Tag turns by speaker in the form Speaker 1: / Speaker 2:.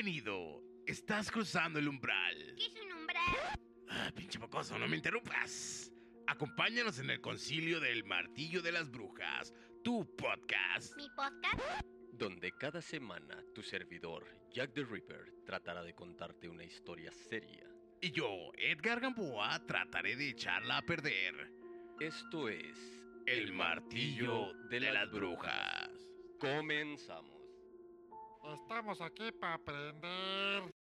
Speaker 1: Bienvenido. Estás cruzando el umbral.
Speaker 2: ¿Qué es un umbral?
Speaker 1: Ah, pinche mocoso, no me interrumpas. Acompáñanos en el concilio del martillo de las brujas, tu podcast.
Speaker 2: ¿Mi podcast?
Speaker 3: donde cada semana tu servidor, Jack the Ripper, tratará de contarte una historia seria.
Speaker 1: Y yo, Edgar Gamboa, trataré de echarla a perder.
Speaker 3: Esto es
Speaker 1: El martillo de las brujas.
Speaker 3: Comenzamos.
Speaker 4: Estamos aquí para aprender.